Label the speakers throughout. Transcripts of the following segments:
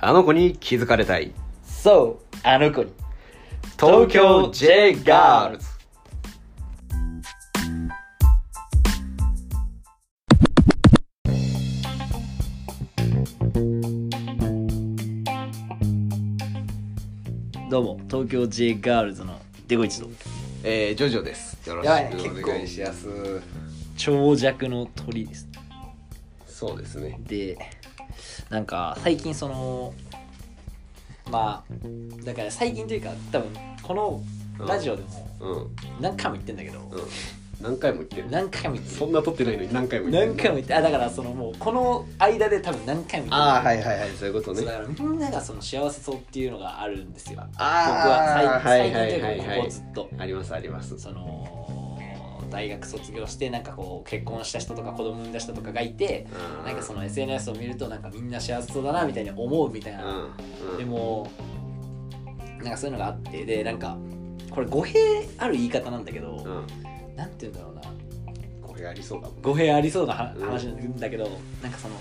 Speaker 1: あの子に気づかれたい。
Speaker 2: そう、あの子に。
Speaker 1: 東京 J ガールズ。
Speaker 2: どうも、東京 J ガールズのデゴイチと
Speaker 1: えー、ジョジョです。よろし
Speaker 2: やばい
Speaker 1: くお願いします。
Speaker 2: 長尺の鳥です。
Speaker 1: そうですね。
Speaker 2: で、なんか最近その、まあ、だから最近というか、多分このラジオでも
Speaker 1: うん。うん。
Speaker 2: 何回も言ってんだけど、
Speaker 1: 何回も言ってる。
Speaker 2: 何回も言ってる
Speaker 1: そんな撮ってないのに何回も言って
Speaker 2: 何回も言ってあだからそのもうこの間で多分何回も言ってる
Speaker 1: ああ、はいはいはい、そういうこと
Speaker 2: そ
Speaker 1: ね。
Speaker 2: うだからみんながその幸せそうっていうのがあるんですよ僕
Speaker 1: あー
Speaker 2: は最
Speaker 1: はい
Speaker 2: 最近と
Speaker 1: はいいうはい
Speaker 2: か
Speaker 1: はい
Speaker 2: ここずっと
Speaker 1: ありますあります。
Speaker 2: その大学卒業してなんかこう結婚した人とか子供産んだ人とかがいて
Speaker 1: な
Speaker 2: なんかその SNS を見るとなんかみんな幸せそうだなみたいに思うみたいな
Speaker 1: うん。
Speaker 2: でもなんかそういうのがあってでなんかこれ語弊ある言い方なんだけ
Speaker 1: う
Speaker 2: ど
Speaker 1: ん。
Speaker 2: なんて言うんだろうな
Speaker 1: これありそうだもん。
Speaker 2: 語弊ありそうなは
Speaker 1: うん
Speaker 2: 話なんだけどなんかその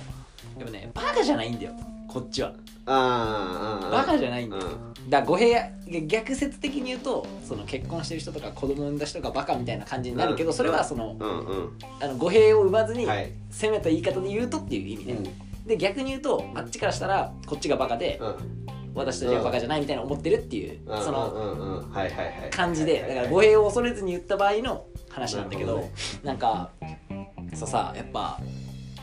Speaker 2: でもねバカじゃないんだよこっちは
Speaker 1: ああ。
Speaker 2: バカじゃ
Speaker 1: ゃ
Speaker 2: ないんだよ
Speaker 1: うん。
Speaker 2: だから語弊逆説的に言うとその結婚してる人とか子供産んだ人がバカみたいな感じになるけど、
Speaker 1: うん
Speaker 2: それはその
Speaker 1: うんうん。
Speaker 2: あの語弊を生まずに
Speaker 1: はい。
Speaker 2: 攻めた言い方で言うとっていう意味
Speaker 1: う
Speaker 2: で、
Speaker 1: ん。
Speaker 2: で逆に言うとあっちからしたらこっちがバカで、
Speaker 1: うん。
Speaker 2: 私たちはバカじゃないみたいな思ってるっていう、
Speaker 1: うん
Speaker 2: その
Speaker 1: うんうんうん。はいはいはい。
Speaker 2: 感じ
Speaker 1: はい
Speaker 2: で
Speaker 1: は
Speaker 2: だ
Speaker 1: い
Speaker 2: か
Speaker 1: はい
Speaker 2: ら語弊を恐れずに言った場合の話なんだけど
Speaker 1: なるほ
Speaker 2: なんかそうさやっぱ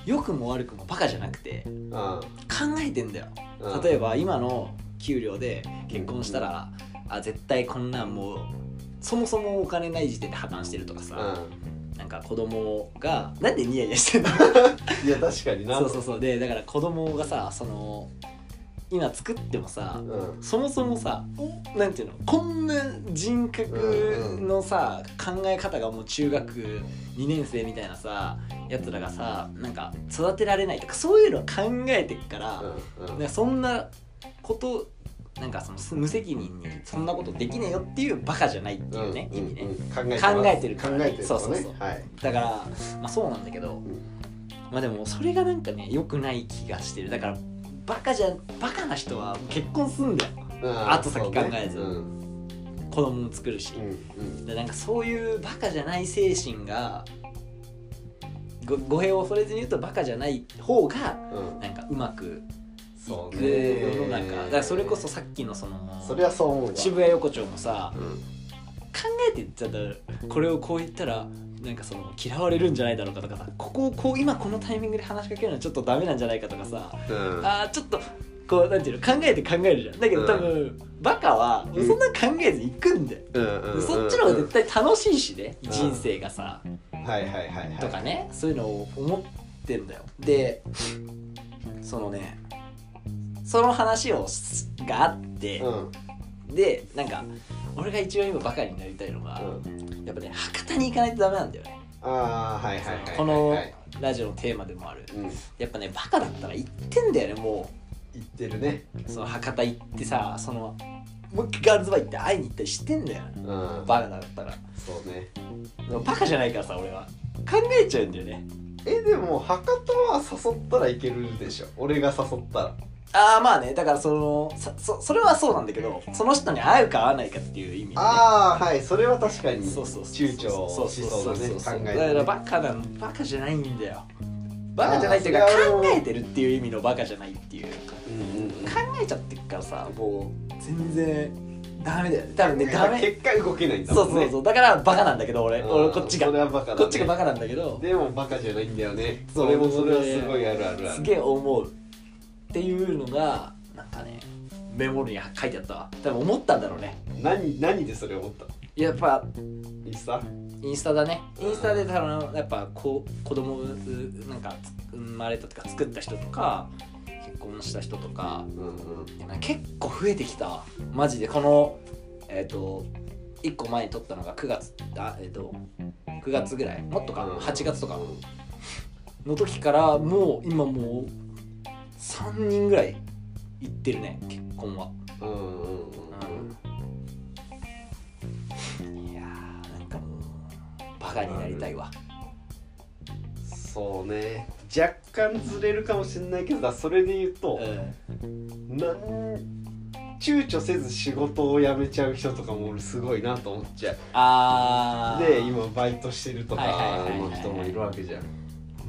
Speaker 2: 良くも悪くもバカじゃなくて考えてんだよ
Speaker 1: うんうん。
Speaker 2: 例えば今の給料で結婚したら、あ絶対こんなんもうそもそもお金ない時点で破綻してるとかさ、
Speaker 1: う
Speaker 2: なんか子供がなんでニヤニヤしてんの
Speaker 1: ん、いや確かにな
Speaker 2: そうそうそうでだから子供がさその今作ってもさ、
Speaker 1: うん
Speaker 2: そもそもさなんていうのこんな人格のさ、考え方がもう中学2年生みたいなさやつらがさなんか育てられないとかそういうの考えてっから、
Speaker 1: うんうん
Speaker 2: ね、そんなことなんかその無責任にそんなことできねえよっていうバカじゃないっていうね、
Speaker 1: うん
Speaker 2: 意味ね、
Speaker 1: うん考えてます
Speaker 2: 考えてるからね
Speaker 1: 考えてるからね
Speaker 2: そうそうそう
Speaker 1: はい
Speaker 2: だからまあそうなんだけど、
Speaker 1: ん
Speaker 2: まあでもそれがなんかね良くない気がしてるだからバカじゃバカな人は結婚すんだよ
Speaker 1: うん
Speaker 2: 後先考えず
Speaker 1: そうねうん
Speaker 2: 子供も作るし、
Speaker 1: うん
Speaker 2: でなんかそういうバカじゃない精神がご語弊を恐れずに言うとバカじゃない方が
Speaker 1: うんうん
Speaker 2: なんかうまく
Speaker 1: そ
Speaker 2: いうく
Speaker 1: ね
Speaker 2: 世の中だからそれこそさっきのその
Speaker 1: それはそう思うわ
Speaker 2: 渋谷横丁もさ
Speaker 1: うん
Speaker 2: 考えてちゃったらこれをこう言ったらなんかその嫌われるんじゃないだろうかとかさここをこう今このタイミングで話しかけるのはちょっとダメなんじゃないかとかさ
Speaker 1: うん
Speaker 2: あーちょっとこうなんていうの考えて考えるじゃんだけ
Speaker 1: う
Speaker 2: ど
Speaker 1: ん
Speaker 2: 多分バカはそ
Speaker 1: うん
Speaker 2: んな考えず行くんだよ
Speaker 1: うんうんうん
Speaker 2: そっちの方が絶対楽しいしね
Speaker 1: うん
Speaker 2: 人生がさ
Speaker 1: はいはいはいはい
Speaker 2: とかねそういうのを思ってんだよでそのねその話をすがあって
Speaker 1: うんうん
Speaker 2: でなんか俺が一番今バカになりたいのが、やっぱね博多に行かないとダメなんだよね、
Speaker 1: ああはいはいはいはい
Speaker 2: この
Speaker 1: はい
Speaker 2: ラジオのテーマでもある
Speaker 1: うん
Speaker 2: やっぱねバカだったら行ってんだよねも
Speaker 1: 言ってるね
Speaker 2: うその博多行ってさそのもう一回ガールズバー行って会いに行ったりしてんだよ
Speaker 1: うん
Speaker 2: バカだったら
Speaker 1: そうね
Speaker 2: でもバカじゃないからさ俺は考えちゃうんだよね
Speaker 1: えでも博多は誘ったらいけるでしょ俺が誘ったら
Speaker 2: ああまあねだからそのさそそれはそうなんだけどその人に会うか会わないかっていう意味でね
Speaker 1: ああはいそれは確かに
Speaker 2: そうそうそう
Speaker 1: 躊躇しそうだね
Speaker 2: そうそうそ
Speaker 1: 考
Speaker 2: う
Speaker 1: えて
Speaker 2: だ
Speaker 1: ね
Speaker 2: からバカなんバカじゃないんだよバカじゃないっていう
Speaker 1: あ
Speaker 2: か
Speaker 1: ーそれは
Speaker 2: 考
Speaker 1: 俺も
Speaker 2: えてるっていう意味のバカじゃないっていう
Speaker 1: うんうんうん
Speaker 2: 考えちゃってっからさもう全然ダメだよね多分ねダメ
Speaker 1: 結果動けないんだ
Speaker 2: そ
Speaker 1: も
Speaker 2: うんそう
Speaker 1: ね
Speaker 2: そうだからバカなんだけど俺
Speaker 1: うん
Speaker 2: 俺こっちが
Speaker 1: それはバカだね
Speaker 2: こっちがバカなんだけど
Speaker 1: でもバカじゃないんだよね
Speaker 2: そう
Speaker 1: それもそれはすごいあるあるあ
Speaker 2: す
Speaker 1: る
Speaker 2: げえ思うっていうのがなんかねメモリーに書いてあったわ多分思ったんだろうね
Speaker 1: 何何でそれ思ったの
Speaker 2: やっぱ
Speaker 1: いいさ
Speaker 2: インスタだねインスタであのやっぱこ子供うなんかつ生まれたとか作った人とか結婚した人とか
Speaker 1: うんうん
Speaker 2: いやな結構増えてきたわマジでこのえっ、と1個前に撮ったのが9月あえっ、と9月ぐらいもっとか
Speaker 1: うん
Speaker 2: 8月とか
Speaker 1: うん
Speaker 2: の時からもう今もう3人ぐらい行ってるね結婚は
Speaker 1: うんうん
Speaker 2: いやーなんかもうバカになりたいわ
Speaker 1: そうね若干ずれるかもしれないけどだそれで言うと、
Speaker 2: う、
Speaker 1: なん躊躇せず仕事を辞めちゃう人とかも俺すごいなと思っちゃうん
Speaker 2: あー
Speaker 1: で今バイトしてるとか
Speaker 2: はいはいはいはい
Speaker 1: の人もいるわけじゃん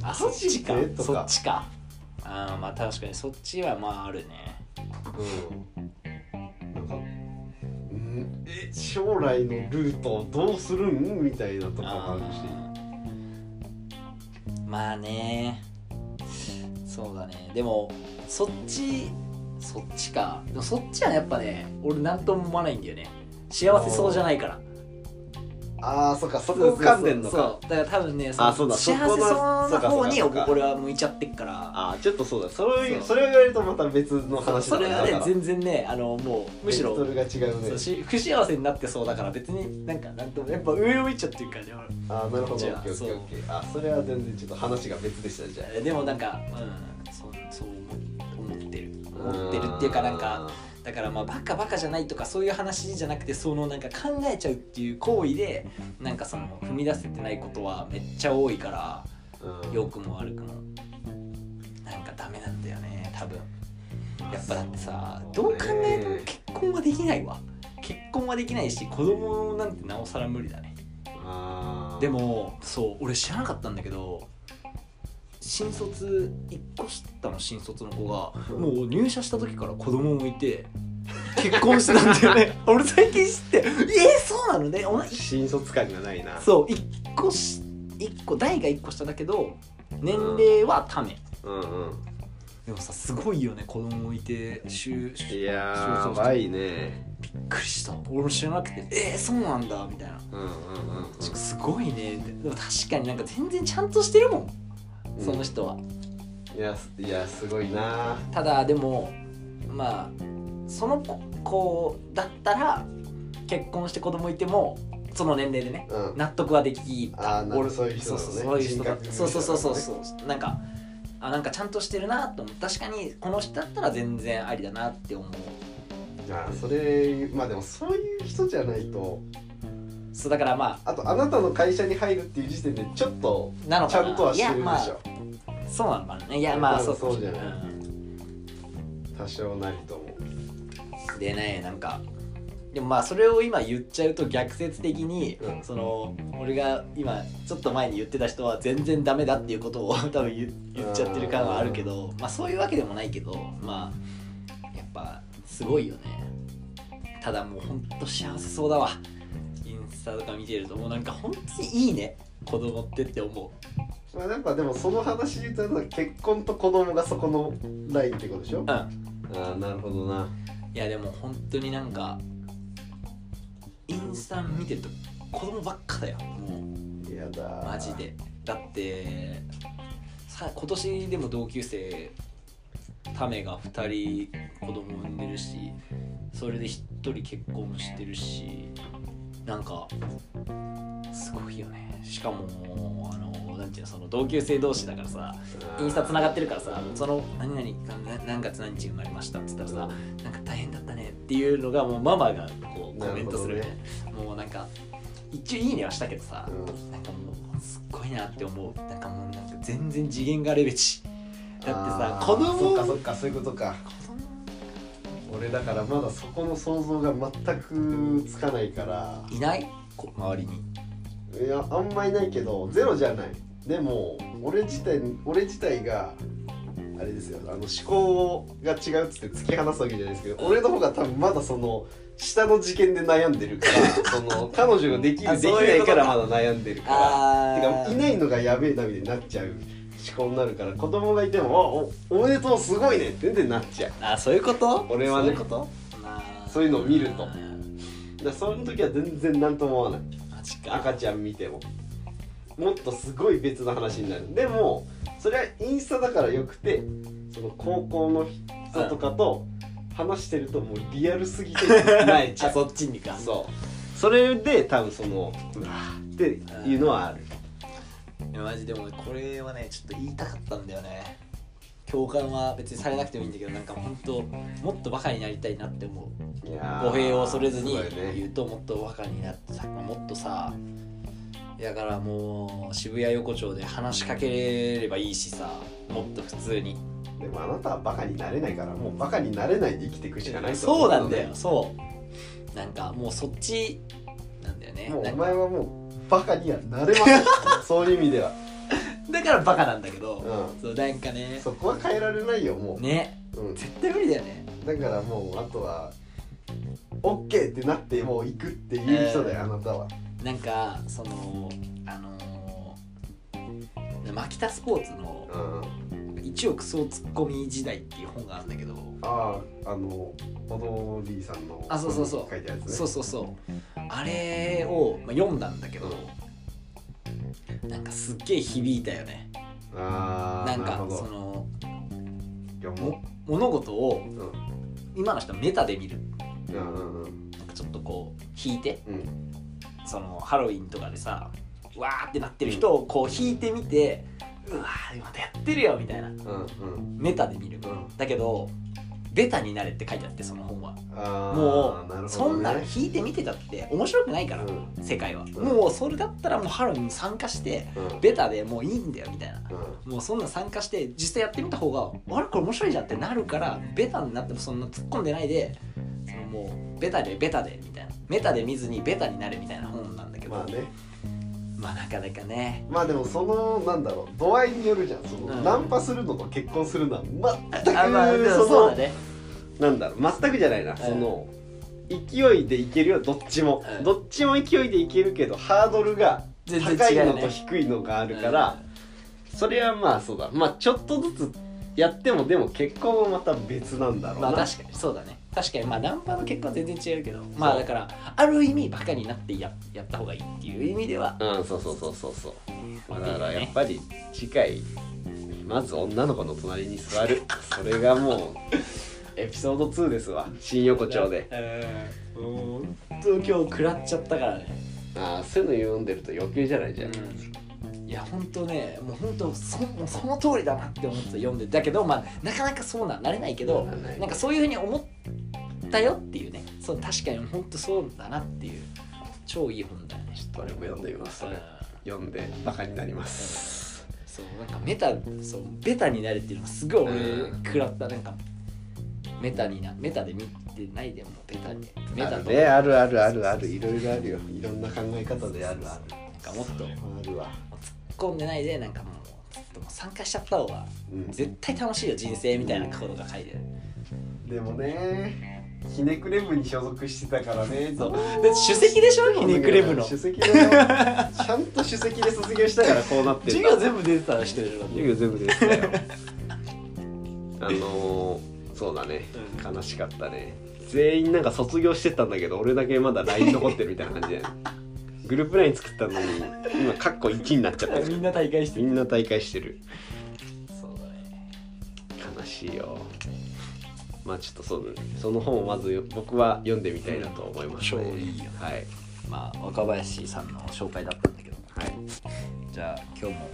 Speaker 2: あそっちか
Speaker 1: マジでとか
Speaker 2: そっちかあーまあ確かにそっちはまああるね
Speaker 1: うんなんかうんえ将来のルートをどうするんみたいなとこもあるし
Speaker 2: あーまあねそうだねでもそっちそっちかでもそっちはやっぱね俺なんとも思わないんだよね幸せそうじゃないから
Speaker 1: ああそっかそこを噛んでんの
Speaker 2: そ
Speaker 1: か
Speaker 2: うだから多分ね
Speaker 1: あ
Speaker 2: そ
Speaker 1: そう
Speaker 2: の
Speaker 1: だ
Speaker 2: 幸せ
Speaker 1: そこのそ
Speaker 2: そう
Speaker 1: う
Speaker 2: な
Speaker 1: かそう
Speaker 2: 方
Speaker 1: か
Speaker 2: に
Speaker 1: そうか
Speaker 2: 俺は向いちゃってっから
Speaker 1: ああちょっとそうだそれ
Speaker 2: そう
Speaker 1: それを言われるとまた別の
Speaker 2: そう
Speaker 1: 話
Speaker 2: そ
Speaker 1: だ
Speaker 2: れはね
Speaker 1: だから
Speaker 2: 全然ねあのもうむしろ
Speaker 1: ベクトルが違うね
Speaker 2: そうし不幸せになってそうだから別になんかなんともやっぱ上を向いちゃってるからね俺
Speaker 1: ああなるほどオ
Speaker 2: じ
Speaker 1: ッ
Speaker 2: ゃあ
Speaker 1: ケーオッケーオッケーあそれは全然ちょっと話が別でしたじゃあ
Speaker 2: えでもなんか、うん、そうそう思思ってる思ってるっていうかなんかだからまあバカバカじゃないとかそういう話じゃなくてそのなんか考えちゃうっていう行為でなんかその踏み出せてないことはめっちゃ多いから
Speaker 1: うん
Speaker 2: 良くも悪くもなんかダメなんだよね多分やっぱだってさ
Speaker 1: そ
Speaker 2: どう
Speaker 1: う
Speaker 2: 考
Speaker 1: ね
Speaker 2: えても結婚はできないわ結婚はできないし子供なんてなおさら無理だね
Speaker 1: あー
Speaker 2: でもそう俺知らなかったんだけど新卒1個下の新卒の子が
Speaker 1: うん
Speaker 2: もう入社した時から子供もいて結婚してたんだ よね俺最近知ってえー、そうなのねおない
Speaker 1: 新卒感がないな
Speaker 2: そう1個し一個代が1個下だけど年齢はため
Speaker 1: うんうん
Speaker 2: でもさすごいよね子供いて就
Speaker 1: い
Speaker 2: びっ
Speaker 1: や
Speaker 2: そうそう
Speaker 1: ー
Speaker 2: そう
Speaker 1: やばいね
Speaker 2: くりした俺も知らなくてえー、そうなんだみたいな
Speaker 1: うんうんうんうん
Speaker 2: すごいねみたいなでも確かになんか全然ちゃんとしてるもん
Speaker 1: うん
Speaker 2: その人は。
Speaker 1: いやすいやすごいな
Speaker 2: ただでもまあその子子だったら結婚して子供いてもその年齢でね
Speaker 1: うん
Speaker 2: 納得はできた
Speaker 1: あーなるほどそういう人
Speaker 2: そ
Speaker 1: だね
Speaker 2: うそうそういう人だ
Speaker 1: 人格みたいなね
Speaker 2: そうそうそうそうそうなんかあなんかちゃんとしてるなと思う確かにこの人だったら全然ありだなって思う
Speaker 1: あーそれまあでもそういう人じゃないと
Speaker 2: そうだからま
Speaker 1: あとあなたの会社に入るっていう時点でちょっと
Speaker 2: あなの
Speaker 1: ち
Speaker 2: か
Speaker 1: ゃ
Speaker 2: なん
Speaker 1: とはしてる
Speaker 2: い
Speaker 1: で
Speaker 2: やま
Speaker 1: し
Speaker 2: あ
Speaker 1: ょ
Speaker 2: そうなのかないやまあ
Speaker 1: 多
Speaker 2: そう
Speaker 1: 分
Speaker 2: かもしれ
Speaker 1: そうじゃな
Speaker 2: うん
Speaker 1: 多少なりとも
Speaker 2: でねなんかでもまあそれを今言っちゃうと逆説的に、
Speaker 1: うん
Speaker 2: その俺が今ちょっと前に言ってた人は全然ダメだっていうことを多分言言っちゃってる感はあるけどまあそういうわけでもないけどまあやっぱすごいよねただもうほんと幸せそうだわインスタとか見てるともうなんかほんとにいいね子供ってって思う
Speaker 1: まあなんかでもその話言うと結婚と子供がそこのラインってことでしょ
Speaker 2: うん
Speaker 1: ああなるほどない
Speaker 2: やでも本当になんかインスタ見てると子供ばっかだよもう
Speaker 1: やだー
Speaker 2: マジでだってさ今年でも同級生タメが2人子供産んでるしそれで1人結婚してるしなんかすごいよねしかもあのなんていうのその同級生同士だからさインスタつながってるからさその何々が何月何日生まれましたっつったらさなんか大変だったねっていうのがもうママがこうコメントするみたいなもうなんか一応いいねはしたけどさ、
Speaker 1: う
Speaker 2: なんかもうすっごいなって思うなんかもうなんか全然次元がレベチだってさ
Speaker 1: あー
Speaker 2: 子供
Speaker 1: そっ
Speaker 2: 子
Speaker 1: かそ
Speaker 2: 供
Speaker 1: っかそういうことか俺だからまだそこの想像が全くつかないから
Speaker 2: いないこ周りに
Speaker 1: いやあんまいないけどゼロじゃないでも俺自体俺自体があれですよあの思考が違うっつって突き放すわけじゃないですけど俺の方が多分まだその下の事件で悩んでるから その彼女ができ
Speaker 2: あ
Speaker 1: るでき
Speaker 2: そう
Speaker 1: ないいう
Speaker 2: こと
Speaker 1: か
Speaker 2: から
Speaker 1: まだ悩んでるからて
Speaker 2: あ
Speaker 1: かいないのがやべえなみたいになっちゃう思考になるから子供がいても「あおおめでとうすごいね」って全然なっちゃう
Speaker 2: あそういうこと
Speaker 1: 俺は
Speaker 2: そうい
Speaker 1: ね
Speaker 2: うこと
Speaker 1: そういうのを見ると
Speaker 2: あ
Speaker 1: だ
Speaker 2: ー
Speaker 1: からその時は全然何とも思わない
Speaker 2: マジか
Speaker 1: 赤ちゃん見てももっとすごい別の話になるでもそれはインスタだからよくてその高校の人とかと話してるともうリアルすぎて泣いちゃ
Speaker 2: あ
Speaker 1: う
Speaker 2: そっちにか
Speaker 1: そうそれで多分そのうわーっていうのはある
Speaker 2: いやマジでもこれはねちょっと言いたかったんだよね共感は別にされなくてもいいんだけどなんか本当もっとバカになりたいなって思う
Speaker 1: いやー
Speaker 2: 語弊を恐れずに
Speaker 1: すごいね
Speaker 2: 言うともっとバカになってさもっとさだからもう渋谷横丁で話しかければいいしさもっと普通に
Speaker 1: でもあなたはバカになれないからもうバカになれないで生きていくしかないと思
Speaker 2: そうなんだよそうなんかもうそっちなんだよね
Speaker 1: もう
Speaker 2: な
Speaker 1: お
Speaker 2: んか
Speaker 1: 前はもうバカにはなれま せんそういう意味では、
Speaker 2: だからバカなんだけど、
Speaker 1: う
Speaker 2: そうなんかね
Speaker 1: ん、そこは変えられないよもう、
Speaker 2: ね
Speaker 1: うん、
Speaker 2: 絶対無理だよね
Speaker 1: だからもうあとは OK ってなってもう行くっていう人だよ、
Speaker 2: えー
Speaker 1: あなたは
Speaker 2: なんかそのあのーマキタスポーツの
Speaker 1: うん
Speaker 2: 「一億総ツッコミ時代」っていう本があるんだけど
Speaker 1: あああのおどりさんの
Speaker 2: あそうそうそう
Speaker 1: 書いてあるやつね
Speaker 2: そうそうそうあれを、まあ、読んだんだけどなんかすっげえ響いたよね
Speaker 1: ああ
Speaker 2: なん
Speaker 1: なる
Speaker 2: か
Speaker 1: ほ
Speaker 2: そ
Speaker 1: ど
Speaker 2: の
Speaker 1: 読
Speaker 2: も
Speaker 1: も
Speaker 2: 物事を
Speaker 1: ううん
Speaker 2: 今の人はメタで見る
Speaker 1: うんうんうん
Speaker 2: なんかちょっとこう引いて
Speaker 1: うん
Speaker 2: そのハロウィンとかでさうわーってなってる人をこう引いてみてうわーまたやってるよみたいな
Speaker 1: うんうん
Speaker 2: メタで見る
Speaker 1: うん
Speaker 2: だけどベタになれって書いてあってその本は
Speaker 1: ああ
Speaker 2: も
Speaker 1: なる
Speaker 2: う、
Speaker 1: ほど、ね、
Speaker 2: そんなの引いて見てたって面白くないから、
Speaker 1: うん
Speaker 2: 世界は、
Speaker 1: うん
Speaker 2: もうそれだったらもうハロウィンに参加して
Speaker 1: うん
Speaker 2: ベタでもういいんだよみたいな
Speaker 1: う
Speaker 2: もうそんな参加して実際やってみた方があれこれ面白いじゃんってなるからベタになってもそんな突っ込んでないでそのもうベタでベタでみたいなメタで見ずにベタになるみたいな本なんだけ
Speaker 1: ん
Speaker 2: ど、
Speaker 1: まあね
Speaker 2: まあなかなかね
Speaker 1: まあでもそのなんだろう度合いによるじゃんその、
Speaker 2: うん
Speaker 1: ナンパするのと結婚するのは全く、
Speaker 2: あまあでも
Speaker 1: その
Speaker 2: そうだね
Speaker 1: なんだろう全くじゃないな、その勢いでいけるよどっちも、
Speaker 2: うん
Speaker 1: どっちも勢いでいけるけどハードルが
Speaker 2: 全然
Speaker 1: 高い
Speaker 2: 違う
Speaker 1: の
Speaker 2: ね
Speaker 1: と低いのがあるから、それはまあそうだまあちょっとずつやってもでも結婚はまた別なんだろう
Speaker 2: ま
Speaker 1: な、
Speaker 2: あ確かにそうだね確かにまあナンパの結果は全然違うけどまあだからある意味バカになってややった方がいいっていう意味では
Speaker 1: うんそうそうそうそうそう、まあ、だからやっぱり次回まず女の子の隣に座 るそれがもうエピソード2ですわ新横丁で
Speaker 2: うんもう本当今日食らっちゃったからね
Speaker 1: ああそういうの読んでると余計じゃないじゃん、
Speaker 2: いや本当ねもう本当そもうその通りだなって思って読んでだけどまあなかなかそうななれないけど
Speaker 1: ならない
Speaker 2: なんかそういうふうに思ったよっていうねそう確かに本当そうだなっていう超いい本だよね
Speaker 1: ちょっと俺も読んでみますそれ読んでバカになります
Speaker 2: そうなんかメタそうベタになるっていうのがすごい俺
Speaker 1: うん
Speaker 2: 食らったなんかメタになメタで見てないでもベタにメ
Speaker 1: あ
Speaker 2: タ
Speaker 1: る
Speaker 2: と
Speaker 1: ねあるあるあるあるいろいろあるよいろんな考え方であるある
Speaker 2: なんかもっと突っ
Speaker 1: あるわ
Speaker 2: 込んでないでなんかもうちょっともう参加しちゃった方が
Speaker 1: うん
Speaker 2: 絶対楽しいよ人生みたいなことが書いてある
Speaker 1: でもねひねくれ部に所属してたからね
Speaker 2: そう で首席でしょひねくれ部の
Speaker 1: 主席だよちゃんと主席で卒業したからこうなってん
Speaker 2: 授
Speaker 1: だ
Speaker 2: 業全部出てた人でしょだって
Speaker 1: 授業全部でしたよ あのー、そうだね悲しかったね全員なんか卒業してったんだけど俺だけまだ LINE 残ってるみたいな感じでグループ LINE 作ったのに今カッコ1になっちゃった
Speaker 2: みんな大会して
Speaker 1: みんな大会してる
Speaker 2: そうだね
Speaker 1: 悲しいよまあちょっとそうその本をまず僕は読んでみたいなと思いますね、
Speaker 2: うん超いいよ
Speaker 1: はい
Speaker 2: まあ若林さんの紹介だったんだけど
Speaker 1: はい
Speaker 2: じゃあ今日も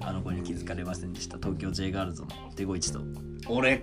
Speaker 2: あの子に気づかれませんでした東京 J ガールズのデゴイチと俺